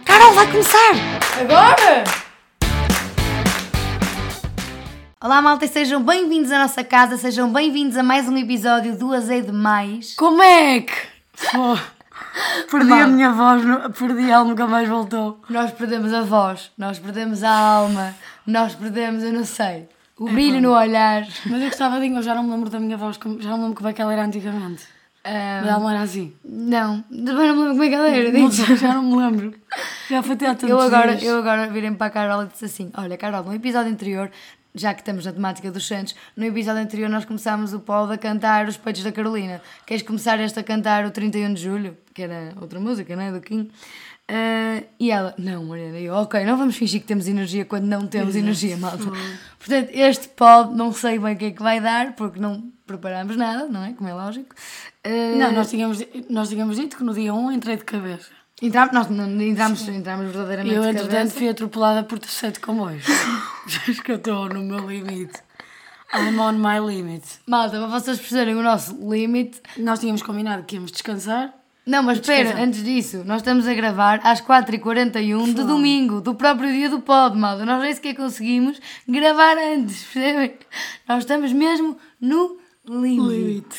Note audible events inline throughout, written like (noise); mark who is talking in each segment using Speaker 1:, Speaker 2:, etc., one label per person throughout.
Speaker 1: Então vai começar!
Speaker 2: Agora!
Speaker 1: Olá malta e sejam bem-vindos à nossa casa, sejam bem-vindos a mais um episódio do Azeite Demais.
Speaker 2: Como é que? Pô,
Speaker 1: Perdi
Speaker 2: a
Speaker 1: minha voz, perdi ela, nunca mais voltou.
Speaker 2: nós perdemos a voz, nós perdemos a alma, nós perdemos, eu não sei, o brilho no olhar.
Speaker 3: Mas eu gostava de eu já não me lembro da minha voz, como- já não me lembro como é que ela era antigamente.
Speaker 2: Ahm,
Speaker 3: Mas ela não era assim.
Speaker 2: não, também não me lembro como é que ela era,
Speaker 3: Não
Speaker 2: Ah. diz.
Speaker 3: sei, já não me lembro. Já foi até há tantos
Speaker 2: Eu agora,
Speaker 3: dias.
Speaker 2: eu agora virei para a Carol e disse assim: Olha, Carol, no episódio anterior, já que estamos na temática dos Santos, no episódio anterior nós começámos o Paulo a cantar Os Peitos da Carolina. Queres começar este a cantar o 31 de Julho? Que era outra música, não é? Do Kim. Ah, e ela, não, Mariana, e eu, ok, não vamos fingir que temos energia quando não temos energia, malta. Portanto, este Paulo, não sei bem o que é que vai dar, porque não preparámos nada, não é? Como é lógico. Ah,
Speaker 3: Não, nós tínhamos, nós tínhamos dito que no dia 1 entrei de cabeça.
Speaker 2: entrá- nós não- entramos, entramos verdadeiramente
Speaker 3: eu,
Speaker 2: de
Speaker 3: entretanto,
Speaker 2: cabeça.
Speaker 3: fui atropelada por sete
Speaker 2: (laughs)
Speaker 3: comboios. Acho que eu estou no meu limite. I'm on my limit.
Speaker 2: Malta, para vocês perceberem o nosso limite.
Speaker 3: Nós tínhamos combinado que íamos descansar.
Speaker 2: Não, mas espera,
Speaker 3: Descansa.
Speaker 2: antes disso, nós estamos a gravar às 4h41 de domingo, do próprio dia do pod, malta. Nós nem sequer conseguimos gravar antes, (laughs) percebem? Nós estamos mesmo no limite.
Speaker 3: Limite.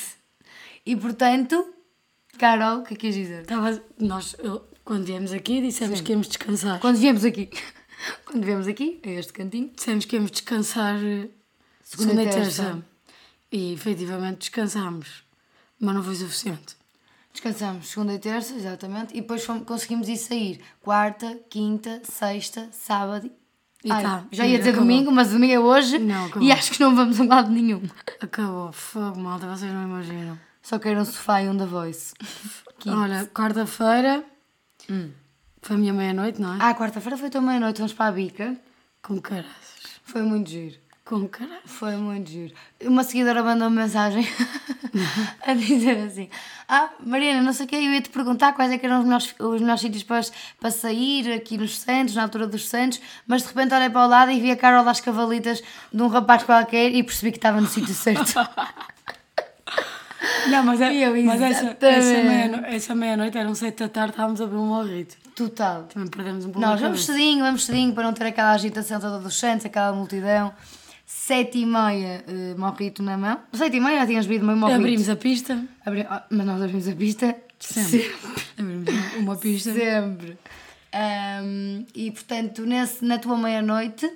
Speaker 2: E portanto, Carol, o que é que quis dizer?
Speaker 3: Estava, nós, eu- quando viemos aqui, dissemos que íamos descansar.
Speaker 2: Quando viemos aqui, (laughs) quando viemos aqui, a este cantinho,
Speaker 3: Dissemos que íamos descansar eh,
Speaker 2: Segunda
Speaker 3: segunda,
Speaker 2: e
Speaker 3: e
Speaker 2: terça.
Speaker 3: terça. E efetivamente descansámos. Mas não foi suficiente.
Speaker 2: descansamos segunda e terça, exatamente, e depois fomos- conseguimos ir sair quarta, quinta, sexta, sábado
Speaker 3: E
Speaker 2: Ai,
Speaker 3: tá,
Speaker 2: já ia dizer
Speaker 3: acabou.
Speaker 2: domingo, mas domingo é hoje
Speaker 3: Não, acabou.
Speaker 2: e acho que não vamos a lado nenhum.
Speaker 3: Acabou. Fogo, malta, vocês não imaginam.
Speaker 2: Só quero um sofá e um da voice. Quinto.
Speaker 3: Olha, quarta-feira Hum. foi a minha meia-noite, não é?
Speaker 2: Ah, quarta-feira foi tua meia-noite, vamos para a bica.
Speaker 3: Com caraças.
Speaker 2: Foi muito giro.
Speaker 3: Com caraças.
Speaker 2: Foi muito giro. Uma seguidora mandou uma mensagem (laughs) a dizer assim: Ah, Mariana, não sei o que, eu ia te perguntar quais é que eram os melhores, os melhores sítios para, para sair aqui nos Santos, na altura dos Santos, mas de repente olhei para o lado e vi a Carol às cavalitas de um rapaz qualquer e percebi que estava no
Speaker 3: (laughs)
Speaker 2: sítio certo.
Speaker 3: Não, mas, é-
Speaker 2: E eu,
Speaker 3: mas essa,
Speaker 2: exatamente.
Speaker 3: essa meia-no- essa meia-noite eram sete da tarde, estávamos a beber um morrito.
Speaker 2: Total.
Speaker 3: Também perdemos um pouco
Speaker 2: Nós
Speaker 3: a
Speaker 2: vamos
Speaker 3: cabeça.
Speaker 2: cedinho, vamos cedinho para não ter aquela agitação toda dos Santos, aquela multidão. Sete e meia, eh, morrito na mão. Sete e meia já tínhamos bebido meio morrito.
Speaker 3: Abrimos a pista.
Speaker 2: Abri- ah, mas nós abrimos a pista
Speaker 3: Sempre. Abrimos uma- uma pista.
Speaker 2: Sempre. Ahm, e portanto, nesse, na tua meia-noite,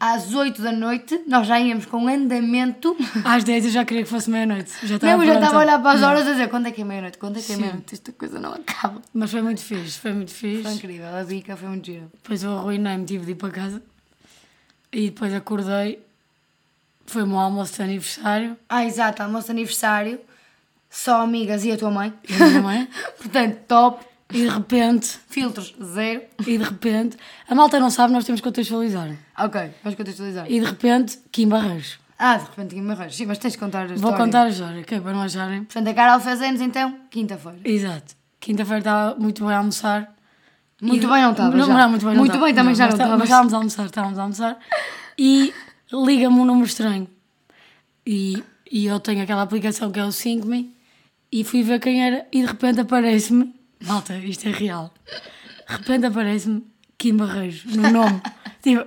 Speaker 2: às oito da noite, nós já íamos com (laughs) andamento.
Speaker 3: Às 10 eu já queria que fosse meia-noite. Já estava
Speaker 2: Não, eu já
Speaker 3: pronta.
Speaker 2: estava a olhar para as horas a dizer quando é que é meia-noite, quando é que é
Speaker 3: Sim.
Speaker 2: meia-noite, esta coisa não acaba.
Speaker 3: (laughs) Mas foi muito fixe, foi muito fixe.
Speaker 2: Foi incrível, a bica foi muito giro.
Speaker 3: Depois eu arruinei-me, tive de ir para casa. E depois acordei. Foi o meu almoço de aniversário.
Speaker 2: Ah, exato, almoço de aniversário, só amigas e a tua mãe.
Speaker 3: E a minha
Speaker 2: (laughs)
Speaker 3: mãe.
Speaker 2: Portanto, top,
Speaker 3: e de repente,
Speaker 2: filtros zero.
Speaker 3: e de repente... A malta não sabe, nós temos que contextualizar.
Speaker 2: Ok, vamos contextualizar.
Speaker 3: E de repente, Kim Barreiros.
Speaker 2: Ah, de repente Guimarães. Sim, mas tens de contar a história.
Speaker 3: Vou contar a história, que é para não acharem.
Speaker 2: Portanto, a Carol fez anos então, quinta-feira.
Speaker 3: Exato. Quinta-feira estava muito bem a almoçar.
Speaker 2: Muito
Speaker 3: E-
Speaker 2: bem não estava
Speaker 3: Não,
Speaker 2: já.
Speaker 3: não, muito bem não
Speaker 2: Muito
Speaker 3: estava.
Speaker 2: bem também já
Speaker 3: mas
Speaker 2: não
Speaker 3: tá-
Speaker 2: estavas.
Speaker 3: Mas estávamos a almoçar, estávamos a almoçar. E liga-me um número estranho. E, e eu tenho aquela aplicação que é o 5Me. E fui ver quem era. E de repente aparece-me... Malta, isto é real. De repente aparece-me Kim Barreiros, no nome.
Speaker 2: (laughs)
Speaker 3: Tipo,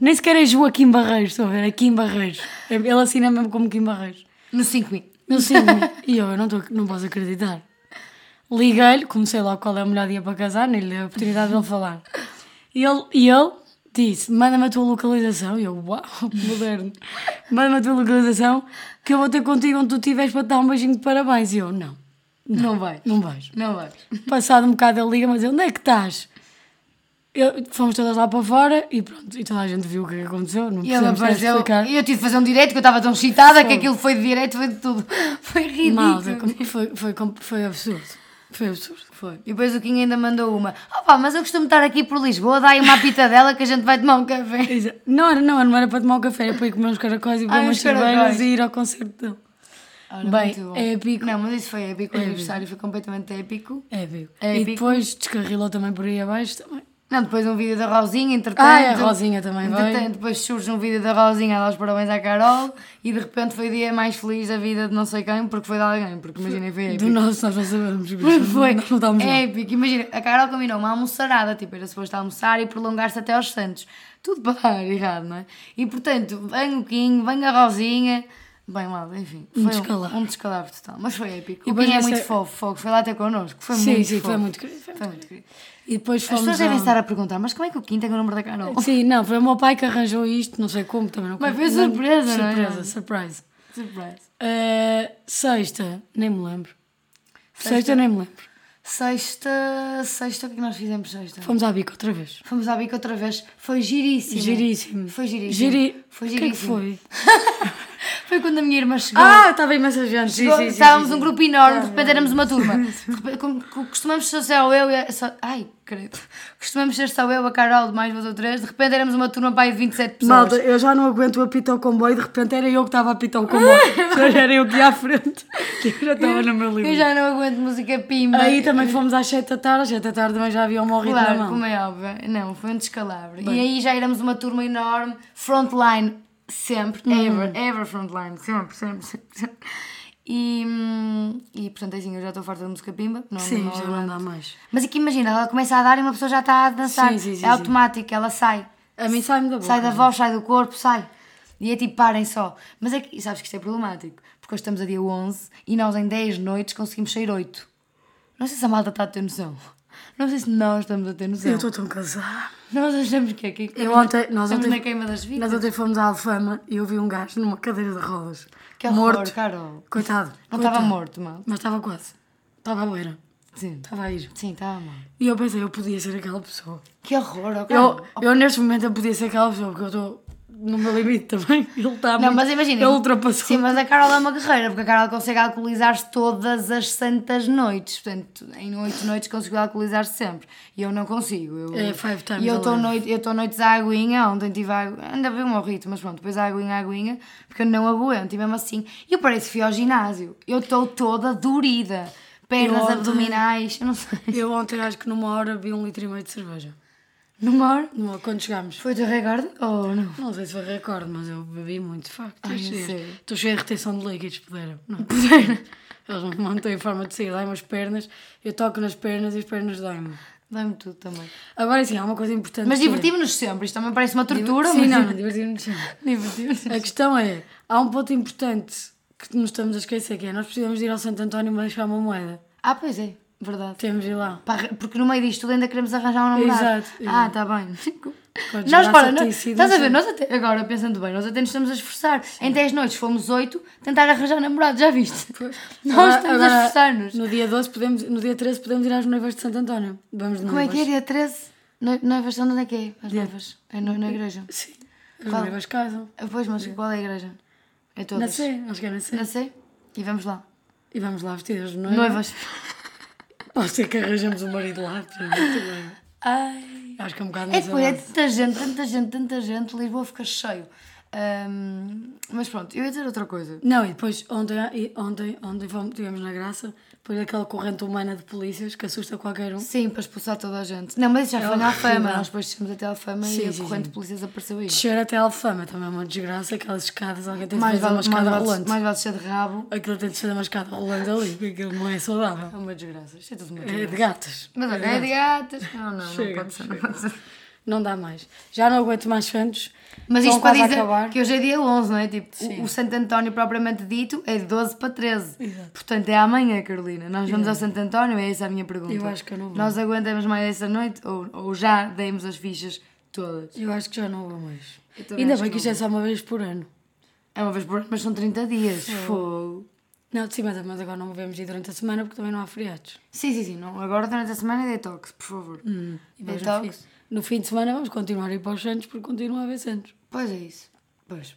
Speaker 3: nem sequer é Joaquim Barreiros, estou a ver, é Kim Barreiros. Ele assina mesmo como Kim Barreiros.
Speaker 2: No 5 mil.
Speaker 3: Não sei. e eu, eu não, tô, não posso acreditar. Liguei-lhe, comecei logo qual é o melhor dia para casar, nem lhe dei a oportunidade de ele falar. E ele, e ele disse: manda-me a tua localização. E eu, uau, moderno. Manda-me a tua localização que eu vou ter contigo onde tu estiveres para te dar um beijinho de parabéns. E eu, não,
Speaker 2: Não vai.
Speaker 3: não vais.
Speaker 2: Não vai.
Speaker 3: Passado um bocado ele liga, mas eu, onde é que estás? Eu- fomos todas lá para fora e pronto, e toda a gente viu o que é que aconteceu, não
Speaker 2: E ele
Speaker 3: precisamos estar a
Speaker 2: apareceu.
Speaker 3: explicar.
Speaker 2: E eu tive de fazer um direito que eu estava tão excitada que
Speaker 3: Foi.
Speaker 2: aquilo foi de direito, foi de tudo. (laughs) Foi ridículo.
Speaker 3: Malta, como- foi, foi, com- foi absurdo. Foi absurdo.
Speaker 2: Foi. E depois o Kim ainda mandou uma. Ah pá, mas eu costumo estar aqui por Lisboa, dá aí uma pitadela que a gente vai tomar um café.
Speaker 3: Exa- Não era, não, era, não era para tomar um café, era para ir comer uns caracóis e beber
Speaker 2: Ah,
Speaker 3: umas
Speaker 2: uns caracóis.
Speaker 3: cervejas e ir ao concerto dele.
Speaker 2: (laughs) Ora,
Speaker 3: Bem,
Speaker 2: muito bom.
Speaker 3: épico.
Speaker 2: Não, mas isso foi é épico. O
Speaker 3: Épico.
Speaker 2: aniversário foi completamente épico.
Speaker 3: É, viu?
Speaker 2: É,
Speaker 3: e
Speaker 2: Bico.
Speaker 3: depois descarrilou também por aí abaixo também.
Speaker 2: Não, depois um vídeo da Rosinha, entretanto.
Speaker 3: Ah, a Rosinha também vai.
Speaker 2: Entretanto, depois surge um vídeo da Rosinha a dar os parabéns à Carol e de repente foi o dia mais feliz da vida de não sei quem, porque foi de alguém, porque imagina, foi
Speaker 3: Do
Speaker 2: épico.
Speaker 3: nosso, nós não sabemos.
Speaker 2: (laughs) Foi É,
Speaker 3: Nós não um estávamos lá.
Speaker 2: épico, imagina, a Carol combinou uma almoçarada, tipo, era suposto almoçar e prolongar-se até aos Santos. Tudo para dar (laughs) errado, não é? E portanto, vem o Quinho, vem a Rosinha. Bem, mal, enfim. Foi
Speaker 3: Um descalabro.
Speaker 2: Um, descalabro total, mas foi épico.
Speaker 3: E
Speaker 2: o
Speaker 3: depois
Speaker 2: Quinho é
Speaker 3: vai
Speaker 2: muito
Speaker 3: ser-
Speaker 2: fofo, fogo, foi lá até connosco. Foi
Speaker 3: Sim,
Speaker 2: muito
Speaker 3: sim, foi
Speaker 2: fofo.
Speaker 3: muito querido, foi
Speaker 2: Foi muito querido.
Speaker 3: E depois
Speaker 2: As
Speaker 3: fomos. um- É
Speaker 2: pessoas devem
Speaker 3: ao-
Speaker 2: estar a perguntar, mas como é que o Quinho tem o número da Carol?
Speaker 3: Sim, não, foi o meu pai que arranjou isto, não sei como, também não
Speaker 2: Mas
Speaker 3: como-
Speaker 2: foi surpresa, não é?
Speaker 3: Surpresa, surprise.
Speaker 2: (laughs) Surprise.
Speaker 3: Eh, sexta, nem me lembro. Sexta,
Speaker 2: Sexta?
Speaker 3: nem me lembro.
Speaker 2: Sexta, sexta, o que é que nós fizemos sexta?
Speaker 3: Fomos à bica outra vez.
Speaker 2: Fomos à bica outra vez, foi giríssimo.
Speaker 3: Giríssimo.
Speaker 2: Foi giríssimo.
Speaker 3: Giri...
Speaker 2: Foi
Speaker 3: O que é que
Speaker 2: giríssimo.
Speaker 3: foi?
Speaker 2: (laughs) Foi quando a minha irmã chegou.
Speaker 3: Ah, estava imensa gente. Sim,
Speaker 2: Chegou,
Speaker 3: sim, sim,
Speaker 2: estávamos
Speaker 3: sim, Tá,
Speaker 2: um
Speaker 3: sim.
Speaker 2: grupo enorme, de repente éramos uma
Speaker 3: (laughs)
Speaker 2: turma. De repente, como- como costumamos ser só eu e a, só- Ai, credo. Costumamos ser só eu, a Carol, de mais duas ou três. De repente éramos uma turma pai de 27 pessoas.
Speaker 3: Malta, eu já não aguento o apito ao comboio, de repente era eu que estava a apitar o
Speaker 2: (laughs)
Speaker 3: comboio. Já era eu que ia à frente. Eu já estava no meu
Speaker 2: Eu
Speaker 3: livro.
Speaker 2: já não aguento música pimba.
Speaker 3: Aí também fomos às 7 da tarde, às 7 da tarde também já havia um morrido na
Speaker 2: Claro,
Speaker 3: mão.
Speaker 2: como é óbvio. Não, foi um descalabro. E aí já éramos uma turma enorme, frontline, sempre,
Speaker 3: Uhum.
Speaker 2: ever, ever frontline, sempre, sempre, sempre. sempre. E, hum, e portanto, assim, eu já estou farta de música pimba. Não,
Speaker 3: Sim,
Speaker 2: não
Speaker 3: já não dá mais.
Speaker 2: Mas aqui imagina, ela começa a dar e uma pessoa já está a dançar.
Speaker 3: Sim, sim, Tá sim,
Speaker 2: é automático, ela sai.
Speaker 3: A mim sai-me da boca.
Speaker 2: Sai da voz, sai do corpo, sai. E é tipo, parem só. Mas é que, e sabes que isto é problemático, porque hoje estamos a dia 11 e nós em 10 noites conseguimos sair 8. Não sei se a malta está a ter noção. Não sei se nós estamos a ter noção.
Speaker 3: Eu estou tão cansada.
Speaker 2: Nós achamos que é que
Speaker 3: Eu ontem- nós
Speaker 2: estamos
Speaker 3: ontem-
Speaker 2: na queima das vidas.
Speaker 3: Nós ontem fomos à Alfama e eu vi um gajo numa cadeira de rodas.
Speaker 2: Que horror,
Speaker 3: morto.
Speaker 2: Carol.
Speaker 3: Coitado.
Speaker 2: Não
Speaker 3: coitado.
Speaker 2: estava morto, mal.
Speaker 3: Mas estava quase. Estava à beira.
Speaker 2: Sim.
Speaker 3: Estava a ir.
Speaker 2: Sim, estava mal.
Speaker 3: E eu pensei, eu podia ser aquela pessoa.
Speaker 2: Que horror, oh, Carol.
Speaker 3: Eu, eu neste momento eu podia ser aquela pessoa, porque eu estou no meu limite também. Ele está
Speaker 2: Não,
Speaker 3: muito-
Speaker 2: mas imagina.
Speaker 3: Ele ultrapassou.
Speaker 2: Sim, mas a Carol é uma guerreira, porque a Carol consegue alcoolizar-se todas as santas noites. Portanto, em oito noites conseguiu alcoolizar-se sempre. E eu não consigo. Eu,
Speaker 3: É, five times
Speaker 2: E eu estou
Speaker 3: alive.
Speaker 2: noite, eu estou noites à aguinha, ontem tive a agu- ainda bem um morrito, mas pronto, depois a aguinha, a aguinha, porque eu não aguento. E mesmo assim, eu pareço que fui ao ginásio. Eu estou toda dorida. Pernas
Speaker 3: Eu ontem-
Speaker 2: abdominais, eu não sei.
Speaker 3: Eu ontem acho que numa hora vi um litro e meio de cerveja.
Speaker 2: Numa hora?
Speaker 3: Numa- Quando chegámos.
Speaker 2: Foi o teu recorde ou não?
Speaker 3: Não sei se foi recorde, mas eu bebi muito, de facto.
Speaker 2: Ai,
Speaker 3: Estou
Speaker 2: a
Speaker 3: cheia-
Speaker 2: sério?
Speaker 3: Estou cheia de retenção de líquidos, puderam. Não. Puderam.
Speaker 2: (laughs)
Speaker 3: Eles não têm forma de sair. Dai-me as pernas, eu toco nas pernas e as pernas dão-me.
Speaker 2: Dá-me tudo também.
Speaker 3: Agora sim, há uma coisa importante.
Speaker 2: Mas
Speaker 3: que é-
Speaker 2: divertimos-nos sempre, isto também parece uma tortura,
Speaker 3: Sim,
Speaker 2: mas. (laughs)
Speaker 3: não, não divertimos sempre.
Speaker 2: Divertimos-nos.
Speaker 3: A questão é, há um ponto importante que nos estamos a esquecer, que é nós precisamos de ir ao Santo António deixar uma moeda.
Speaker 2: Ah, pois é, verdade.
Speaker 3: Temos de ir lá.
Speaker 2: Pá, Porque no meio disto tudo ainda queremos arranjar um namorado.
Speaker 3: Exato,
Speaker 2: Ah,
Speaker 3: exato.
Speaker 2: está bem.
Speaker 3: Quando
Speaker 2: Nós,
Speaker 3: chegaste,
Speaker 2: para,
Speaker 3: tem
Speaker 2: nós,
Speaker 3: sido
Speaker 2: estás a
Speaker 3: um
Speaker 2: ver,
Speaker 3: sonho.
Speaker 2: nós até agora, pensando bem, nós até nos estamos a esforçar. Em 10 noites fomos 8 tentar arranjar um namorado, já viste? Nós
Speaker 3: Agora-
Speaker 2: estamos a
Speaker 3: agora,
Speaker 2: esforçar-nos.
Speaker 3: No dia 12 podemos, no dia 13 podemos ir às noivas de Santo António. Vamos de
Speaker 2: Como é que é
Speaker 3: noivas.
Speaker 2: dia 13? No- Noivas, onde é que é? As noivas? É no- na igreja.
Speaker 3: Sim. As
Speaker 2: Qual?
Speaker 3: noivas casam.
Speaker 2: Ah, Pois, mas qual é a igreja? É todas.
Speaker 3: Não sei, acho que é na sei.
Speaker 2: Não sei. E vamos lá.
Speaker 3: E vamos lá vestidas de noiva.
Speaker 2: Noivas.
Speaker 3: Pode ser que arranjamos o marido lá. para mim também.
Speaker 2: Ai.
Speaker 3: Acho que é um bocado
Speaker 2: É
Speaker 3: mais
Speaker 2: depois, é
Speaker 3: avançado.
Speaker 2: tanta gente, tanta gente, tanta gente, Lisboa fica cheio. Ahm, mas pronto, eu ia dizer outra coisa.
Speaker 3: Não, e depois ontem, e ontem, ontem fomos, estivemos na graça, depois daquela corrente humana de polícias que assusta qualquer um.
Speaker 2: Sim, para expulsar toda a gente. Não, mas isso já foi na
Speaker 3: É horrível.
Speaker 2: Alfama. Nós depois descemos até a Alfama
Speaker 3: Sim,
Speaker 2: e a
Speaker 3: sim,
Speaker 2: corrente
Speaker 3: sim. é
Speaker 2: de polícias apareceu aí.
Speaker 3: Descer até a Alfama também é uma desgraça, aquelas escadas, alguém tem de
Speaker 2: Mais
Speaker 3: fazer
Speaker 2: vale,
Speaker 3: uma
Speaker 2: mais,
Speaker 3: escada
Speaker 2: vale,
Speaker 3: rolante.
Speaker 2: mais vale descer de rabo.
Speaker 3: Aquilo tem de fazer uma escada rolante ali, porque aquilo não é
Speaker 2: É
Speaker 3: saudável.
Speaker 2: uma desgraça. Isto é tudo uma
Speaker 3: É de
Speaker 2: desgraça.
Speaker 3: gatas.
Speaker 2: Mas olha, é de gatas. Não, não,
Speaker 3: Chega,
Speaker 2: não pode ser, não
Speaker 3: chega.
Speaker 2: pode ser.
Speaker 3: Não dá mais. Já não aguento mais Santos.
Speaker 2: Mas
Speaker 3: Estão
Speaker 2: isto para
Speaker 3: quase a
Speaker 2: dizer
Speaker 3: acabar.
Speaker 2: que hoje é dia 11, não é? Tipo, o-
Speaker 3: Sim.
Speaker 2: o Santo António propriamente dito é de 12 para 13.
Speaker 3: Exato.
Speaker 2: Portanto, é amanhã, Carolina. Nós vamos ao Santo António, é essa a minha pergunta.
Speaker 3: Eu acho que eu não vou.
Speaker 2: Nós aguentamos mais essa noite ou, ou já demos as fichas todas?
Speaker 3: Eu acho que já não vou mais.
Speaker 2: Eu também
Speaker 3: Ainda
Speaker 2: acho
Speaker 3: bem
Speaker 2: que
Speaker 3: que isto é só uma vez por ano.
Speaker 2: É uma vez por ano, mas são 30 dias.
Speaker 3: É.
Speaker 2: Fogo.
Speaker 3: Não, sim, mas mas agora não movemos ir durante a semana porque também não há feriados.
Speaker 2: Sim, sim, sim. Não. Agora durante a semana é detox, por favor. É
Speaker 3: E depois
Speaker 2: Detox.
Speaker 3: no, fim, no fim de semana vamos continuar a ir para os Santos porque continua a haver Santos.
Speaker 2: Pois é isso. Pois.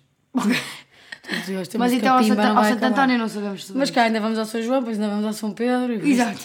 Speaker 3: Todos nós temos
Speaker 2: Mas
Speaker 3: que
Speaker 2: então
Speaker 3: a
Speaker 2: ao
Speaker 3: pimba
Speaker 2: Santo,
Speaker 3: não
Speaker 2: ao
Speaker 3: vai
Speaker 2: Santo
Speaker 3: acabar.
Speaker 2: António não sabemos se
Speaker 3: Mas
Speaker 2: vamos.
Speaker 3: cá ainda vamos ao São João, depois ainda vamos ao São Pedro. e-
Speaker 2: (laughs) Exato.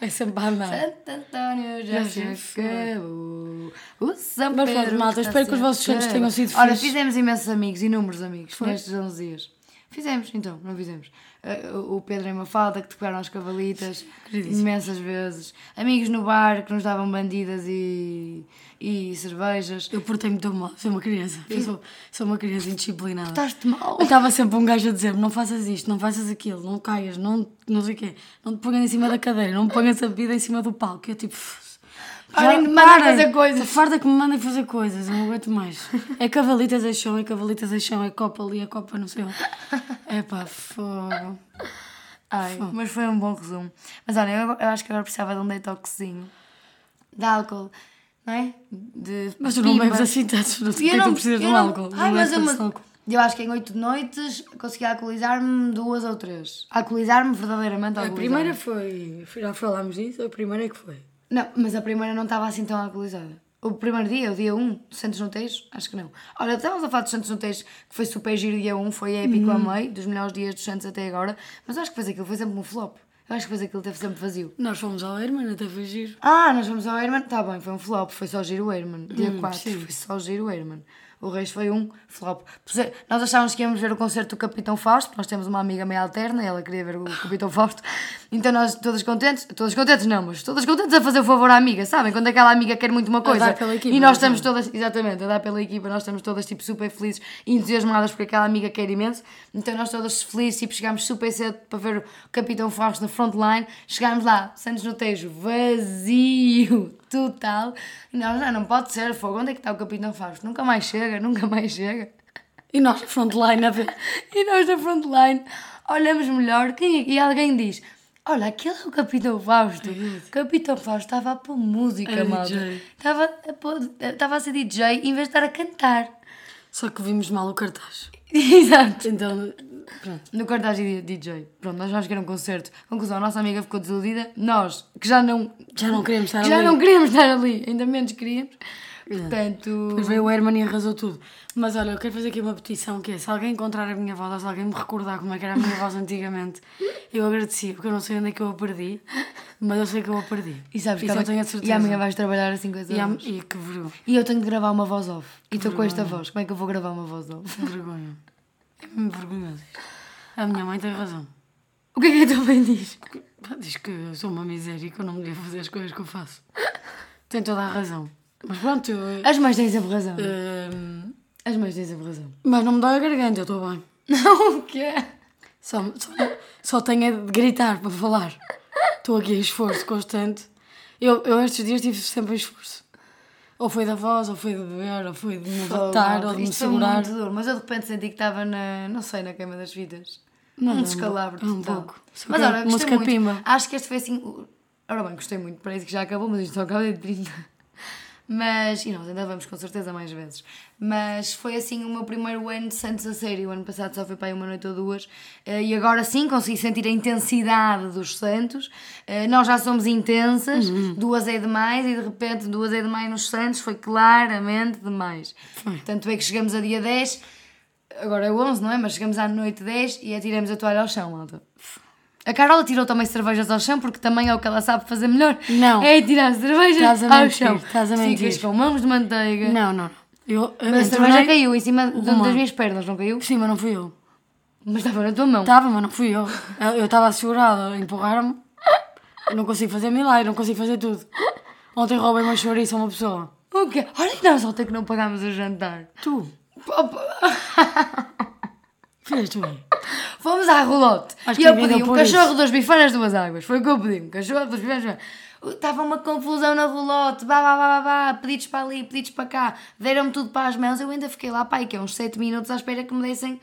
Speaker 3: É sempre para andar.
Speaker 2: Santo António já,
Speaker 3: Já se
Speaker 2: se acabou. O São
Speaker 3: Mas pronto,
Speaker 2: Pedro
Speaker 3: malta,
Speaker 2: está
Speaker 3: espero que os
Speaker 2: se
Speaker 3: vossos santos tenham sido
Speaker 2: Ora,
Speaker 3: fixes.
Speaker 2: fizemos imensos amigos, inúmeros amigos, nestes 11 dias. Fizemos, então, não fizemos. Ah, eh, o Pedro e Mafalda que tocaram as cavalitas imensas vezes, amigos no bar que nos davam bandidas e, e cervejas.
Speaker 3: Eu portei-me tão mal, sou uma criança. Eu sou, sou uma criança indisciplinada.
Speaker 2: Estás-te mal. (laughs)
Speaker 3: Eu estava sempre um gajo a dizer-me: não faças isto, não faças aquilo, não caias, não, não sei o quê, não te ponhas em cima da cadeira, não ponhas a bebida em cima do palco. E Eu tipo. "F-
Speaker 2: Parem de me mandar fazer coisas."
Speaker 3: Estou farta que me mandem fazer coisas, eu não aguento mais. É cavalitas a chão, é cavalitas a chão, é copa ali, é copa não sei onde. É pá, fogo.
Speaker 2: Ai, mas foi um bom resumo. Mas olha, eu, eu acho que agora precisava de um detoxinho de álcool, não é? De
Speaker 3: Mas tu não
Speaker 2: pimba.
Speaker 3: bebes assim tanto, não sei porque tu precisas de
Speaker 2: eu
Speaker 3: um
Speaker 2: não- é
Speaker 3: álcool.
Speaker 2: Ai,
Speaker 3: não
Speaker 2: mas eu,
Speaker 3: bebes
Speaker 2: mas
Speaker 3: tanto álcool.
Speaker 2: eu acho que em oito noites consegui alcoolizar-me duas ou três. Alcoolizar-me verdadeiramente
Speaker 3: A
Speaker 2: alcoolizar
Speaker 3: primeira foi, já falámos disso, a primeira é que foi.
Speaker 2: Não, mas a primeira não estava assim tão alcoolizada. O primeiro dia, o dia 1, do Santos no Tejo? Acho que não. Olha, estávamos a falar dos Santos no Tejo, que foi super giro dia 1, foi épico a meio, dos melhores dias dos Santos até agora, mas eu acho que fez aquilo, foi sempre um flop. Eu acho que fez aquilo, teve sempre vazio.
Speaker 3: Nós fomos ao Herman até foi giro.
Speaker 2: Ah, nós fomos ao Herman. Tá bem, foi um flop, foi só giro Herman. Dia 4,
Speaker 3: Hum, sim.
Speaker 2: foi só giro Herman. O Reis foi um flop. Puse- Nós achávamos que íamos ver o concerto do Capitão Fausto, nós temos uma amiga meio alterna, ela queria ver o Capitão Fausto. Então nós todas contentes, todas contentes não, mas todas contentes a fazer o favor à amiga, sabem? Quando aquela amiga quer muito uma coisa.
Speaker 3: dar pela equipa,
Speaker 2: e nós
Speaker 3: não é?
Speaker 2: estamos todas, exatamente, a dar pela equipa, nós estamos todas tipo super felizes e entusiasmadas porque aquela amiga quer imenso. Então nós todas felizes, tipo, chegámos super cedo para ver o Capitão Fausto na frontline. Chegámos lá, Santos no Tejo, vazio, total. E nós, não, não pode ser, fogo, onde é que está o Capitão Fausto? Nunca mais chega, nunca mais chega.
Speaker 3: E nós, frontline, a ver.
Speaker 2: (laughs) E nós na frontline olhamos melhor quem é que- e alguém diz: Olha, aquele é o Capitão Fausto. O Capitão Fausto estava a pôr música,
Speaker 3: Era
Speaker 2: malta.
Speaker 3: DJ.
Speaker 2: Estava a, pôr- estava a ser DJ em vez de estar a cantar. (laughs)
Speaker 3: Só que vimos mal o cartaz.
Speaker 2: Exato.
Speaker 3: Então, pronto.
Speaker 2: No cartaz dizia DJ. Pronto, nós vamos que era um concerto. Conclusão, a nossa amiga ficou desiludida. Nós, que já não,
Speaker 3: Já não queremos estar
Speaker 2: que já
Speaker 3: ali. É.
Speaker 2: não queríamos estar ali, ainda menos queríamos. Portanto.
Speaker 3: Depois veio o Herman e arrasou tudo. Mas olha, eu quero fazer aqui uma petição que é, se alguém encontrar a minha voz, ou se alguém me recordar como é que era a minha voz antigamente, eu agradecia, porque eu não sei onde é que eu a perdi, mas eu sei que eu a perdi.
Speaker 2: E sabes que
Speaker 3: Isso eu
Speaker 2: amanhã-
Speaker 3: tenho a certeza.
Speaker 2: E amanhã vais trabalhar assim com as
Speaker 3: E, am-
Speaker 2: horas.
Speaker 3: e que vergonha.
Speaker 2: E eu tenho de gravar uma voz off. E estou com esta voz. Como é que eu vou gravar uma voz off?
Speaker 3: que vergonha. É mesmo vergonhoso isto. A minha mãe tem razão.
Speaker 2: O que é que a tua mãe diz?
Speaker 3: Pá, Diz que eu sou uma miséria e que eu não devia fazer as coisas que eu faço. Tem toda a razão. Mas pronto, eu...
Speaker 2: As mães têm sempre razão.
Speaker 3: Ehm,
Speaker 2: As mães têm sempre razão.
Speaker 3: mas não me dói a garganta, eu estou bem.
Speaker 2: Não, o que é?
Speaker 3: Só, só, só tenho é de gritar para falar. Estou aqui em esforço constante. Eu, eu estes dias tive sempre em esforço. Ou foi da voz, ou foi de beber, ou foi de me levantar, ou de me
Speaker 2: Isto foi
Speaker 3: segurar.
Speaker 2: muito duro, mas eu de repente senti que estava na, não sei, na cama das vidas.
Speaker 3: Não,
Speaker 2: um
Speaker 3: não,
Speaker 2: descalabro
Speaker 3: não. É um
Speaker 2: total.
Speaker 3: pouco. Só
Speaker 2: Mas
Speaker 3: que
Speaker 2: olha, gostei
Speaker 3: música
Speaker 2: muito.
Speaker 3: pimba.
Speaker 2: Acho que este foi assim... o- Ora bem, gostei muito, parece que já acabou, mas isto só acaba de 30. Mas, e nós ainda vamos com certeza mais vezes. Mas foi assim o meu primeiro ano de Santos a sério. O ano passado só foi para aí uma noite ou duas. Eh, E agora sim consegui sentir a intensidade dos Santos. Eh, Nós já somos intensas, duas é demais, e de repente duas é demais nos Santos foi claramente demais. Tanto é que chegamos a dia 10, agora é o 11, não é? Mas chegamos à noite 10 e atiramos a toalha ao chão, malta. A Carola tirou também cervejas ao chão porque também é o que ela sabe fazer melhor.
Speaker 3: Não.
Speaker 2: É tirar cervejas
Speaker 3: Estás a
Speaker 2: ao
Speaker 3: mentir,
Speaker 2: chão.
Speaker 3: estás a mentir.
Speaker 2: Ficas com mãos de manteiga.
Speaker 3: Não, não. Eu, eu
Speaker 2: Mas a
Speaker 3: entronei-
Speaker 2: cerveja caiu em cima de-
Speaker 3: Uma.
Speaker 2: das minhas pernas, não caiu?
Speaker 3: Sim, mas não fui eu.
Speaker 2: Mas estava na tua mão.
Speaker 3: Estava, mas não fui eu. Eu- Eu estava segurada, empurraram-me. Eu Não consigo fazer milagre, não consigo fazer tudo. Ontem roubei uma chouriça a uma pessoa.
Speaker 2: O quê? Olha que nós ontem que não pagámos o jantar.
Speaker 3: Tu. Filhas, tu.
Speaker 2: Fomos à roulotte.
Speaker 3: Acho
Speaker 2: E
Speaker 3: que
Speaker 2: eu
Speaker 3: ninguém
Speaker 2: pedi
Speaker 3: deu
Speaker 2: um
Speaker 3: por
Speaker 2: cachorro,
Speaker 3: isso.
Speaker 2: duas bifanas, duas águas. Foi o que eu pedi. Um cachorro, duas bifanas, duas águas. Estava uma confusão na roulotte. Bá, bá, bá, bá, bá. Pedidos para ali, pedidos para cá. Deram-me tudo para as mãos. Eu ainda fiquei lá, pai, que é uns 7 minutos à espera que me dessem,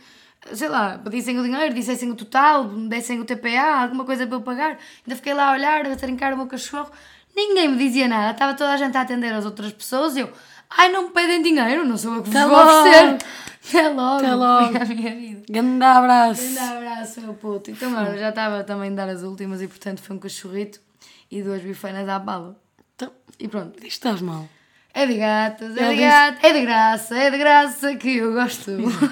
Speaker 2: sei lá, pedissem o dinheiro, dissessem o total, me dessem o TPA, alguma coisa para eu pagar. Ainda fiquei lá a olhar, a trincar o meu cachorro. Ninguém me dizia nada. Estava toda a gente a atender as outras pessoas. Eu, ai, não me pedem dinheiro, não sou eu que vos
Speaker 3: Até
Speaker 2: vou oferecer.
Speaker 3: logo.
Speaker 2: Até logo.
Speaker 3: Até logo.
Speaker 2: Foi a minha vida.
Speaker 3: Grande abraço.
Speaker 2: Grande abraço, meu puto. Então, olha, já estava também a dar as últimas e, portanto, foi um cachorrito e duas bifanas à bala.
Speaker 3: Então,
Speaker 2: E pronto.
Speaker 3: diz que estás mal.
Speaker 2: É de gatas, é
Speaker 3: Ele
Speaker 2: de
Speaker 3: disse-
Speaker 2: gatas, é de graça, é de graça que eu gosto.
Speaker 3: (laughs)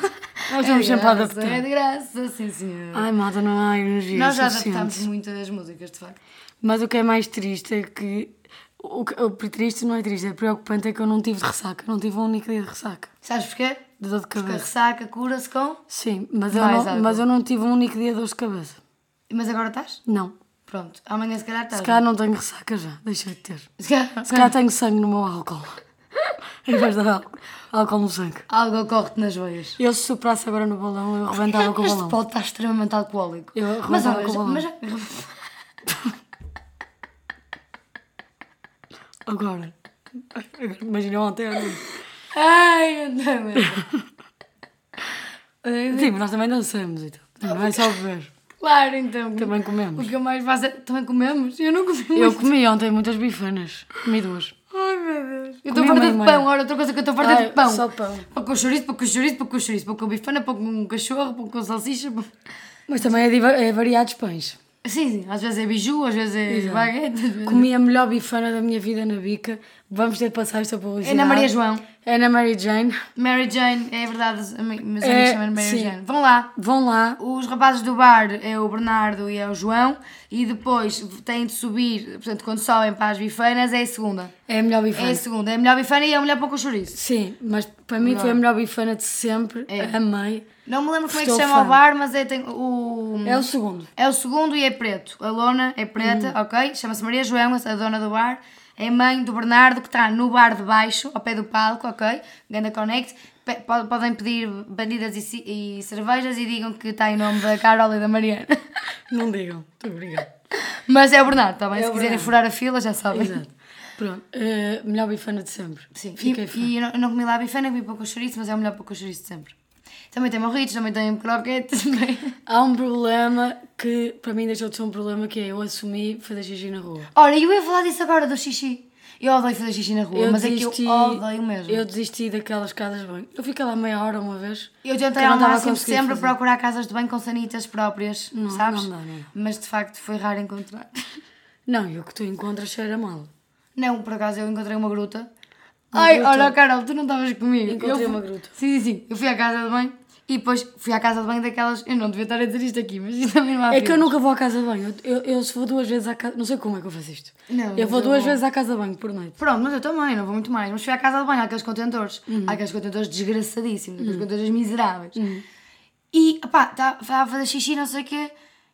Speaker 3: Nós
Speaker 2: é
Speaker 3: vamos
Speaker 2: de
Speaker 3: sempre a
Speaker 2: graça,
Speaker 3: adaptar.
Speaker 2: É de graça, sim senhor.
Speaker 3: Ai, malta, não há energia
Speaker 2: Nós já
Speaker 3: suficiente.
Speaker 2: adaptámos muito as músicas, de facto.
Speaker 3: Mas o que é mais triste é que... O, que- o triste não é triste, é preocupante é que eu não tive de ressaca. Não tive um único dia de ressaca.
Speaker 2: Sabes porquê?
Speaker 3: De dor de
Speaker 2: Porque a
Speaker 3: cabeça.
Speaker 2: ressaca cura-se com...
Speaker 3: Sim, mas eu,
Speaker 2: Mais
Speaker 3: não,
Speaker 2: álcool.
Speaker 3: mas eu não tive um único dia de dor de cabeça.
Speaker 2: Mas agora estás?
Speaker 3: Não.
Speaker 2: Pronto. Amanhã se calhar estás.
Speaker 3: Se calhar não tenho ressaca já, deixa de ter.
Speaker 2: Se calhar-
Speaker 3: Se calhar tenho sangue no meu álcool. (laughs) Em vez de dar álcool no sangue.
Speaker 2: Algo ocorre-te nas veias.
Speaker 3: Eu se superasse agora no balão, eu arrebentava com o
Speaker 2: (laughs) Este
Speaker 3: balão.
Speaker 2: pode estar extremamente alcoólico.
Speaker 3: Eu
Speaker 2: mas
Speaker 3: arrebentava com o balão.
Speaker 2: mas,
Speaker 3: Agora. Agora, Imagina ontem. à noite.
Speaker 2: Ai, André.
Speaker 3: Sim, mas nós também dançamos então. Não é só beber.
Speaker 2: Claro, então.
Speaker 3: Também comemos.
Speaker 2: O que eu mais faço é. Também comemos? Eu não comi
Speaker 3: Eu
Speaker 2: muito.
Speaker 3: comi ontem muitas bifanas. Comi duas.
Speaker 2: Ai, meu Deus. Eu
Speaker 3: Comi
Speaker 2: estou farta de
Speaker 3: meio-meio.
Speaker 2: pão. Ora, outra coisa que eu estou farta
Speaker 3: Ai,
Speaker 2: de pão.
Speaker 3: só pão.
Speaker 2: Pão com chouriço, pão com chouriço, pão com chouriço, pão com bifana, pão com cachorro, pão com salsicha. Pão...
Speaker 3: Mas também é, diva- é variados pães.
Speaker 2: Sim, sim. Às vezes é biju, às vezes é
Speaker 3: Exato.
Speaker 2: baguete. às vezes-
Speaker 3: Comi a melhor bifana da minha vida na bica. Vamos ter de passar esta publicidade.
Speaker 2: Ana É Maria João.
Speaker 3: Ana Maria Jane.
Speaker 2: Mary Jane, é verdade, os ami- meus amigos
Speaker 3: É,
Speaker 2: chamam Mary
Speaker 3: sim.
Speaker 2: Jane. Vão lá.
Speaker 3: Vão lá.
Speaker 2: Os rapazes do bar é o Bernardo e é o João. E depois têm de subir, portanto, quando sobem para as bifanas, é a segunda.
Speaker 3: É a melhor
Speaker 2: É
Speaker 3: bifana.
Speaker 2: a segunda. É a melhor bifana e é a melhor pão com chouriço.
Speaker 3: Sim, mas para mim foi a melhor bifana de sempre.
Speaker 2: É.
Speaker 3: Amei.
Speaker 2: Não me lembro como é que se
Speaker 3: Estou
Speaker 2: chama
Speaker 3: fã.
Speaker 2: o bar, mas é, tem, o,
Speaker 3: É o Uhum. segundo.
Speaker 2: é o segundo e é preto. A lona é preta, ok? Chama-se Maria João, a dona do bar. É mãe do Bernardo, que está no bar de baixo, ao pé do palco, ok? Ganda Connect. Pe- po- Podem pedir bandidas e, ci- e cervejas e digam que está em nome da Carol e da Mariana. (laughs)
Speaker 3: Não digam. Muito obrigada.
Speaker 2: Mas é o Bernardo, está bem?
Speaker 3: É
Speaker 2: Se
Speaker 3: o
Speaker 2: quiserem
Speaker 3: Bernardo.
Speaker 2: furar a fila, já sabem.
Speaker 3: Exato. Pronto. eh, melhor bifana de sempre.
Speaker 2: Sim,
Speaker 3: Fiquei
Speaker 2: e,
Speaker 3: fã.
Speaker 2: e eu não, eu não comi lá bifana, comi pouco chouriço, mas é o melhor pouco chouriço de sempre. Também tem morritos, também tem croquetes, (laughs) também.
Speaker 3: Há um problema que para mim deixou de ser um problema que é eu assumi fazer xixi na rua.
Speaker 2: Ora, eu ia falar disso agora, do xixi. Eu odeio fazer xixi na rua,
Speaker 3: Eu
Speaker 2: mas é
Speaker 3: desisti-
Speaker 2: que eu odeio mesmo.
Speaker 3: Eu
Speaker 2: Eu,
Speaker 3: desisti daquelas casas de banho. Eu fiquei lá meia hora uma vez.
Speaker 2: tentei
Speaker 3: que eu não
Speaker 2: ao
Speaker 3: tava a
Speaker 2: máximo
Speaker 3: conseguir
Speaker 2: sempre
Speaker 3: fazer.
Speaker 2: procurar casas de banho com sanitas próprias, sabes?
Speaker 3: não dá, não dá.
Speaker 2: Mas de facto foi raro encontrar.
Speaker 3: Não, e o que tu encontras cheira mal.
Speaker 2: Não, por acaso eu encontrei uma gruta.
Speaker 3: Uma
Speaker 2: Ai,
Speaker 3: gruta?
Speaker 2: olha, Carol, tu não estavas comigo.
Speaker 3: Encontrei
Speaker 2: Eu fui-
Speaker 3: uma gruta.
Speaker 2: Sim, sim, sim. Eu fui à casa de banho e depois fui à casa de banho daquelas. Eu não devia estar a dizer isto aqui, mas isto também não há
Speaker 3: É que eu
Speaker 2: filtro.
Speaker 3: nunca vou à casa de banho. Eu, eu, eu se vou duas vezes à casa. Não sei como é que eu faço isto.
Speaker 2: Não,
Speaker 3: eu
Speaker 2: mas
Speaker 3: vou
Speaker 2: eu
Speaker 3: duas
Speaker 2: vou.
Speaker 3: vezes à casa de banho por noite.
Speaker 2: Pronto, mas eu também, não vou muito mais. Mas fui à casa de banho, àqueles contentores.
Speaker 3: Uhum.
Speaker 2: Àqueles contentores desgraçadíssimos, aqueles contentores miseráveis. E, pá, estava a fazer xixi, não sei o quê.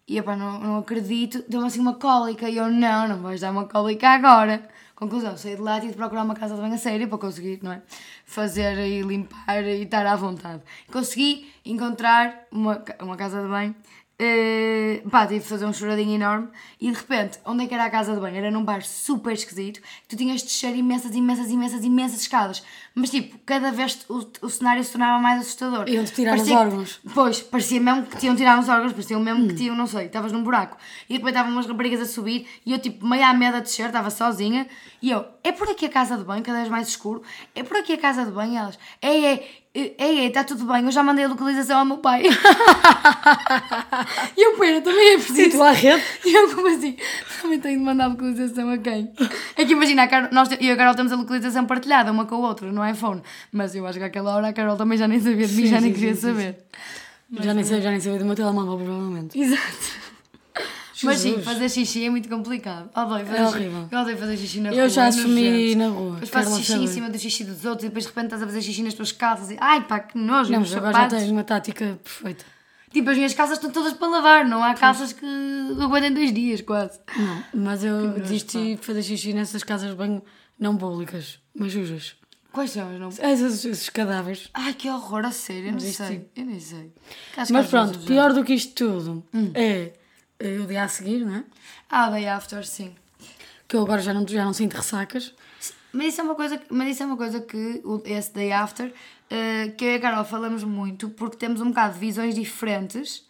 Speaker 2: E, pá, não, não acredito. Deu-me assim uma cólica. E eu, não, não vais dar uma cólica agora. Conclusão, saí de lá e tive de procurar uma casa de banho a sério para conseguir, não é? Fazer e limpar e estar à vontade. Consegui encontrar uma, ca- uma casa de banho. Eh, pá, tive de fazer um choradinho enorme e de repente, onde é que era a casa de banho? Era num bar super esquisito que tu tinhas de descer imensas, imensas, imensas, imensas escadas mas tipo, cada vez o, o cenário se tornava mais assustador
Speaker 3: Iam-te tirar os
Speaker 2: que-
Speaker 3: órgãos.
Speaker 2: Pois, parecia mesmo que tinham tirado os órgãos, parecia mesmo que tinham, não sei, estavas num buraco. E depois estavam umas raparigas a subir e eu, tipo, meio à merda de descer, estava sozinha. E eu, é por aqui a casa de banho, cada vez mais escuro, é por aqui a casa de banho. E elas, "É, ei, ei, ei, ei, está tá tudo bem, eu já mandei a localização ao meu pai. (laughs) e eu, pera, também é
Speaker 3: E
Speaker 2: preciso.
Speaker 3: tu à rede?
Speaker 2: E eu, como assim? Também tenho de mandar a localização a quem? É que imagina, a Carol, nós, eu e a Carol temos a localização partilhada uma com a outra no iPhone. Mas eu acho que àquela hora a Carol também já nem sabia de mim,
Speaker 3: Sim,
Speaker 2: já nem
Speaker 3: sim,
Speaker 2: queria
Speaker 3: sim, sim,
Speaker 2: saber.
Speaker 3: Já nem sei, já nem sei do meu telemóvel, provavelmente.
Speaker 2: Exato. Mas sim,
Speaker 3: Jesus.
Speaker 2: fazer xixi é muito complicado. Odeio fazer
Speaker 3: É
Speaker 2: xixi.
Speaker 3: horrível.
Speaker 2: Eu odeio fazer xixi na rua.
Speaker 3: Eu já
Speaker 2: é
Speaker 3: assumi
Speaker 2: nojento.
Speaker 3: na rua.
Speaker 2: Depois
Speaker 3: quero
Speaker 2: fazes
Speaker 3: lá
Speaker 2: xixi em
Speaker 3: saber.
Speaker 2: cima do xixi dos outros e depois de repente estás a fazer xixi nas tuas calças e ai pá, que nojo,
Speaker 3: Não,
Speaker 2: nos
Speaker 3: mas agora já
Speaker 2: sapatos.
Speaker 3: tens uma tática perfeita.
Speaker 2: Tipo, as minhas calças estão todas para lavar, não há calças que aguentem dois dias quase.
Speaker 3: Não, mas eu desisti de fazer xixi nessas casas de banho não públicas, mas sujas.
Speaker 2: Quais são? Eu não...
Speaker 3: Esses, esses cadáveres.
Speaker 2: Ai que horror, a sério, eu não
Speaker 3: Desisti.
Speaker 2: sei. Eu nem sei.
Speaker 3: tipo- mas pronto, pior do que isto tudo
Speaker 2: Hum.
Speaker 3: é é o dia a seguir, não é?
Speaker 2: Ah, day after, sim.
Speaker 3: Que eu agora já não, já não sinto ressacas.
Speaker 2: Mas isso é uma coisa que, mas isso é uma coisa que o- esse day after, eh, que eu e a Carol falamos muito, porque temos um bocado de visões diferentes.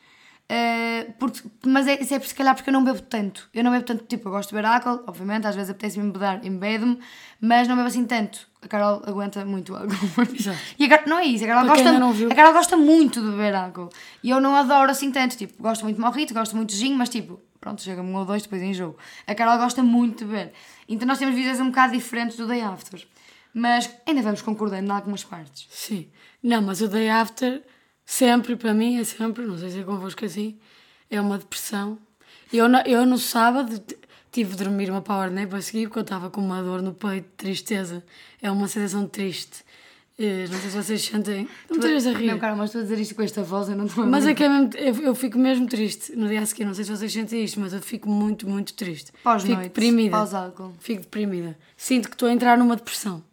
Speaker 2: eh, porque, mas é, isso é por- se calhar porque eu não bebo tanto. Eu não bebo tanto, tipo, eu gosto de beber álcool, obviamente, às vezes apetece-me embedar, embedo-me, mas não bebo assim tanto. A Carol aguenta muito álcool.
Speaker 3: Exato.
Speaker 2: E a Carol, não é isso, a Carol,
Speaker 3: Para quem
Speaker 2: gosta,
Speaker 3: ainda não viu.
Speaker 2: a Carol gosta muito de beber álcool. E eu não adoro assim tanto, tipo, gosto muito de morrito, gosto muito de gin, mas tipo, pronto, chega-me um ou dois depois em jogo. A Carol gosta muito de beber. Então nós temos visões um bocado diferentes do day after. Mas ainda vamos concordando em algumas partes.
Speaker 3: Sim. Não, mas o day after, sempre para mim, é sempre, não sei se é convosco assim, é uma depressão. Eu no, eu no sábado t- tive de dormir uma power nap a seguir porque eu estava com uma dor no peito, tristeza. É uma sensação triste. Eh, Não sei se vocês sentem. Não me estejas a rir.
Speaker 2: Não, cara, mas estou a dizer isto com esta voz, eu não estou a
Speaker 3: Mas é que é mesmo, eu, eu fico mesmo triste no dia a seguir. Não sei se vocês sentem isto, mas eu fico muito, muito triste. fico
Speaker 2: Pós-noite,
Speaker 3: deprimida.
Speaker 2: pós-álcool.
Speaker 3: Fico deprimida. Sinto que estou a entrar numa depressão.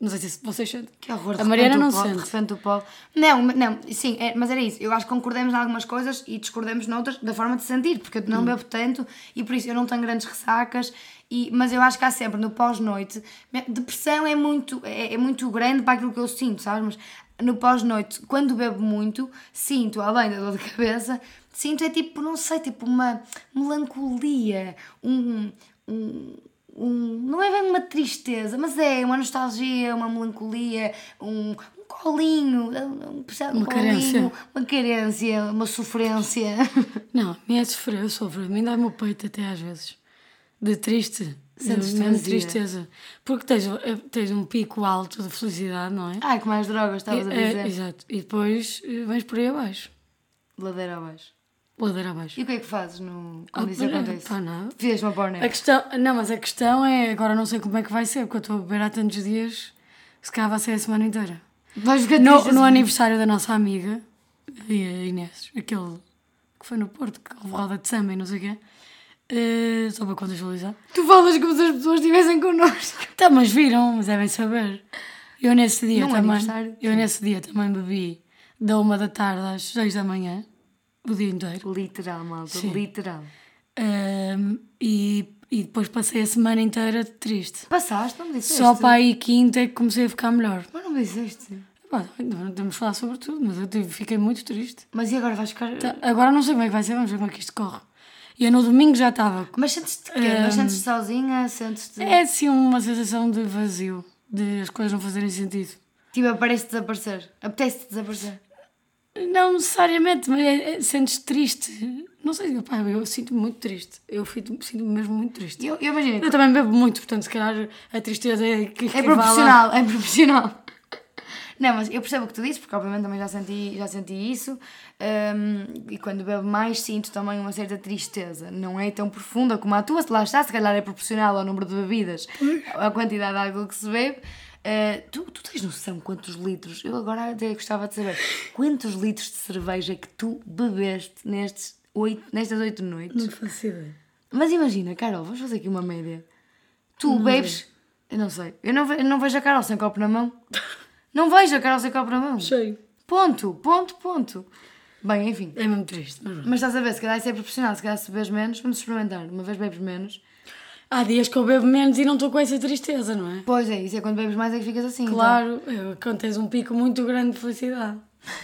Speaker 3: Não sei se vocês sentem.
Speaker 2: Que horror, de
Speaker 3: A Mariana
Speaker 2: repente
Speaker 3: não
Speaker 2: o pó- De
Speaker 3: sente.
Speaker 2: repente o pó. Não, ma- não, sim, é- mas era isso. Eu acho que concordamos em algumas coisas e discordamos noutras da forma de sentir, porque eu
Speaker 3: Hum.
Speaker 2: não bebo tanto e por isso eu não tenho grandes ressacas. E, mas eu acho que há sempre no pós-noite. me- Depressão é muito, é, é muito grande para aquilo que eu sinto, sabes? Mas no pós-noite, quando bebo muito, sinto, além da dor de cabeça, sinto é tipo, não sei, tipo uma melancolia, um. um um, não é bem uma tristeza, mas é uma nostalgia, uma melancolia, um, um colinho, um, um, percebe? um
Speaker 3: Uma
Speaker 2: colinho,
Speaker 3: carência.
Speaker 2: uma carência, uma sofrência. (laughs)
Speaker 3: Não, nem é sofrer, eu sofro. A mim dá-me o peito até às vezes. De triste.
Speaker 2: Sentes
Speaker 3: de mesmo
Speaker 2: vazia.
Speaker 3: tristeza. Porque tens, tens um pico alto de felicidade, não é?
Speaker 2: Ai, que mais drogas Ah, estavas a
Speaker 3: É, é,
Speaker 2: dizer.
Speaker 3: exato. E depois eh, vais por aí abaixo.
Speaker 2: Ladeira abaixo.
Speaker 3: Ladeira abaixo.
Speaker 2: E o que é que fazes no, quando
Speaker 3: Ah,
Speaker 2: isso acontece?
Speaker 3: pá, nada.
Speaker 2: Fizeste uma porneta.
Speaker 3: A questão, não, mas a questão é, agora não sei como é que vai ser, porque eu estou a beber há tantos dias, se calhar vai ser a semana inteira.
Speaker 2: Vais ficar
Speaker 3: No,
Speaker 2: triste
Speaker 3: no
Speaker 2: assim.
Speaker 3: aniversário da nossa amiga, a Inês, aquele que foi no Porto, que houve roda de samba e não sei o quê, eh, só para contextualizar.
Speaker 2: Tu falas como se as pessoas estivessem connosco.
Speaker 3: Tá, mas viram, mas devem saber. Eu nesse dia
Speaker 2: Num
Speaker 3: também.
Speaker 2: aniversário,
Speaker 3: Eu nesse dia também bebi da uma da tarde às seis da manhã, o dia inteiro.
Speaker 2: Literal, malta,
Speaker 3: Sim.
Speaker 2: literal.
Speaker 3: Ahm, e, e depois passei a semana inteira triste.
Speaker 2: Passaste, não me disseste?
Speaker 3: Só para aí quinta é que comecei a ficar melhor.
Speaker 2: Mas não me disseste.
Speaker 3: Pá, não não temos de falar sobre tudo, mas eu tive- fiquei muito triste.
Speaker 2: Mas e agora vais ficar...
Speaker 3: Tá, Agora não sei como é que vai ser, vamos ver como é que isto corre. E eu no domingo já estava.
Speaker 2: Mas sentes-te quê? Mas
Speaker 3: Hum.
Speaker 2: sentes-te sozinha? Sentes-te...
Speaker 3: É assim uma sensação de vazio, de as coisas não fazerem sentido.
Speaker 2: Tipo, aparece desaparecer. Apetece-te desaparecer.
Speaker 3: Não necessariamente, mas é, é, sentes triste. Não sei, pá, eu sinto-me muito triste. Eu fico- sinto-me mesmo muito triste.
Speaker 2: Eu, eu imagino.
Speaker 3: Eu também bebo muito, portanto, se calhar a tristeza é que
Speaker 2: É profissional, é profissional. (laughs) Não, mas eu percebo o que tu dizes, porque obviamente também já senti, já senti isso. hum, e quando bebo mais, sinto também uma certa tristeza. Não é tão profunda como a tua, se lá está, se calhar é proporcional ao número de bebidas, à quantidade de álcool que se bebe. Uh, tu, tu tens noção quantos litros? Eu agora até gostava de saber quantos litros de cerveja que tu bebeste nestes oito, nestas oito noites.
Speaker 3: Não faço ideia.
Speaker 2: Mas imagina, Carol, vamos fazer aqui uma média. Tu bebes. Eu não sei. Eu não, ve- eu não vejo a Carol sem copo na mão. não vejo a Carol sem copo na mão.
Speaker 3: Cheio.
Speaker 2: Ponto, ponto, ponto. Bem, enfim.
Speaker 3: É mesmo triste, mas pronto.
Speaker 2: Mas estás a ver, se calhar isso é profissional, se calhar se bebes menos, vamos experimentar. Uma vez bebes menos.
Speaker 3: Há dias que eu bebo menos e não estou com essa tristeza, não é?
Speaker 2: Pois é, isso é quando bebes mais é que ficas assim. então.
Speaker 3: Claro, é, quando tens um pico muito grande de felicidade. (laughs)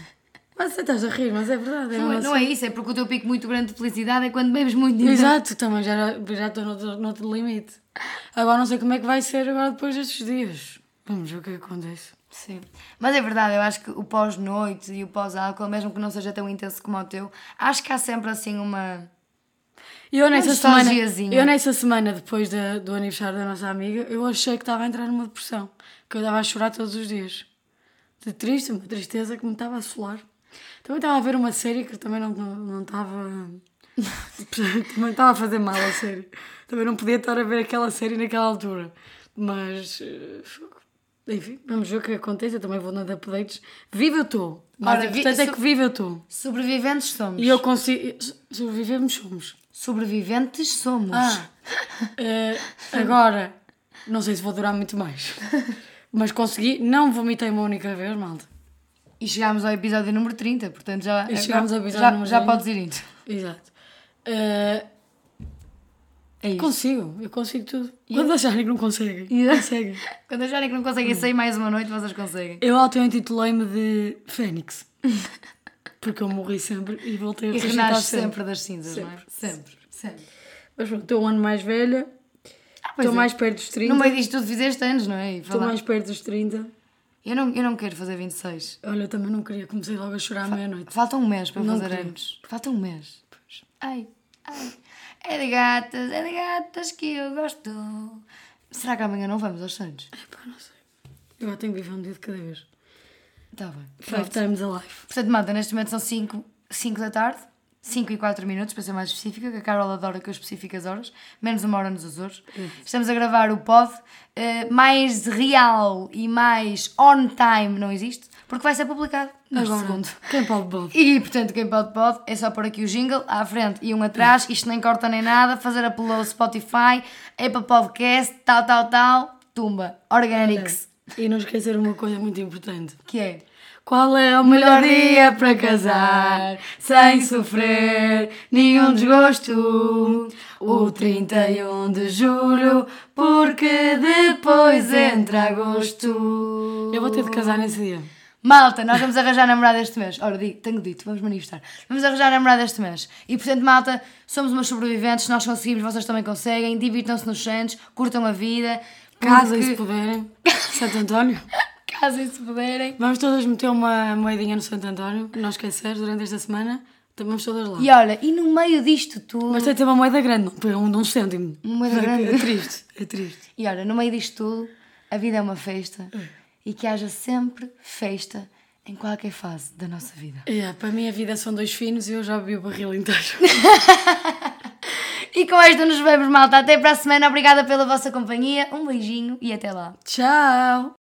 Speaker 3: Mas você estás a rir, mas é verdade.
Speaker 2: Não, é,
Speaker 3: uma
Speaker 2: não é isso, é porque o teu pico muito grande de felicidade é quando bebes muito.
Speaker 3: cena-
Speaker 2: então.
Speaker 3: Exato, também já já estou noutro, noutro limite. Agora não sei como é que vai ser agora depois destes dias. Vamos ver o que é que acontece.
Speaker 2: Sim, mas é verdade, eu acho que o pós-noite e o pós-álcool, mesmo que não seja tão intenso como o teu, acho que há sempre assim uma.
Speaker 3: E Eu nessa,
Speaker 2: Uma
Speaker 3: semana,
Speaker 2: nostalgiazinha.
Speaker 3: eu nessa semana, depois da- do aniversário da nossa amiga, eu achei que estava a entrar numa depressão. Que eu estava a chorar todos os dias. De triste, uma tristeza que me estava a assolar. Também estava a ver uma série que também não, não, não estava... (laughs) também estava a fazer mal a série. Também não podia estar a ver aquela série naquela altura. Mas... eh, Enfim, vamos ver o que acontece. Eu também vou dando updates. Viva eu estou! Mas
Speaker 2: Ora,
Speaker 3: o
Speaker 2: vi-
Speaker 3: importante é
Speaker 2: so-
Speaker 3: que viva eu estou.
Speaker 2: Sobreviventes somos.
Speaker 3: E eu consigo... Sobrevivemos somos.
Speaker 2: Sobreviventes somos.
Speaker 3: Ah, eh, agora, não sei se vou durar muito mais, mas consegui, não vomitei uma única vez, malta.
Speaker 2: E chegámos ao episódio número 30, portanto já. é,
Speaker 3: E chegámos ao episódio
Speaker 2: já,
Speaker 3: número
Speaker 2: Já
Speaker 3: 30.
Speaker 2: podes ir indo.
Speaker 3: Exato. Eh,
Speaker 2: É isso.
Speaker 3: consigo, eu consigo tudo. Quando acharem que não conseguem,
Speaker 2: Yeah.
Speaker 3: conseguem.
Speaker 2: Quando acharem que não conseguem sair mais uma noite, vocês conseguem.
Speaker 3: Eu auto-intitulei-me de Fênix, porque eu morri sempre e voltei a
Speaker 2: E
Speaker 3: ressuscitar
Speaker 2: renasces sempre das cinzas, não é?
Speaker 3: Sempre.
Speaker 2: Sempre. Sempre.
Speaker 3: Mas pronto, estou um ano mais velha,
Speaker 2: pois
Speaker 3: estou
Speaker 2: é.
Speaker 3: mais perto dos
Speaker 2: No
Speaker 3: 30,
Speaker 2: meio disto tudo fizeste anos, não é? E
Speaker 3: estou
Speaker 2: falar-
Speaker 3: mais perto dos 30.
Speaker 2: Eu, não, eu não quero fazer 26.
Speaker 3: Olha, eu também não queria, comecei logo a chorar à meia-noite.
Speaker 2: Falta um mês para eu
Speaker 3: Não
Speaker 2: fazer
Speaker 3: queria.
Speaker 2: anos. Falta um mês. Ai, ai. É de gatas, é de gatas que eu gosto. Será que amanhã não vamos aos Santos?
Speaker 3: Pá, não sei. Eu tenho que viver um dia de cada vez.
Speaker 2: Está Tá bem.
Speaker 3: Five times a life.
Speaker 2: Portanto, malta, neste momento são 5 da tarde. 5 e 4 minutos, para ser mais específica, que a Carol adora com as específicas horas, menos uma hora nos Açores. Estamos a gravar o pod eh, mais real e mais on time não existe, porque vai ser publicado neste
Speaker 3: Agora,
Speaker 2: segundo.
Speaker 3: quem pode, pode.
Speaker 2: E portanto, quem pode, pode, é só pôr aqui o jingle à frente e um atrás, isto nem corta nem nada, fazer upload ao Spotify, Apple Podcast, tal, tal, tal, tumba, Organics,
Speaker 3: E não esquecer uma coisa muito importante.
Speaker 2: que é.
Speaker 3: Qual é o melhor dia para casar? Sem sofrer nenhum desgosto. O 31 de julho, porque depois entra agosto. Eu vou ter de casar nesse dia.
Speaker 2: Malta, nós vamos arranjar namorada este mês. Ora, digo, tenho dito, vamos manifestar. Vamos arranjar namorada este mês. E portanto, malta, somos umas sobreviventes, nós conseguimos, vocês também conseguem, divirtam-se nos Santos, curtam a vida.
Speaker 3: Casem se
Speaker 2: porque-
Speaker 3: puderem. (laughs) Santo António.
Speaker 2: (laughs) Casem se puderem.
Speaker 3: Vamos todas meter uma moedinha no Santo António, não esquecer, durante esta semana. Vamos todas lá.
Speaker 2: E olha, e no meio disto tudo.
Speaker 3: Mas tem de ter uma moeda grande, não, um, de um cêntimo.
Speaker 2: Uma moeda grande.
Speaker 3: (laughs) É triste, é triste.
Speaker 2: E olha, no meio disto tudo, a vida é uma festa e que haja sempre festa em qualquer fase da nossa vida.
Speaker 3: É, para mim a vida são dois finos e eu já bebi o barril inteiro. (laughs)
Speaker 2: E com esta nos vemos, malta. Até para a semana. Obrigada pela vossa companhia. Um beijinho e até lá.
Speaker 3: Tchau!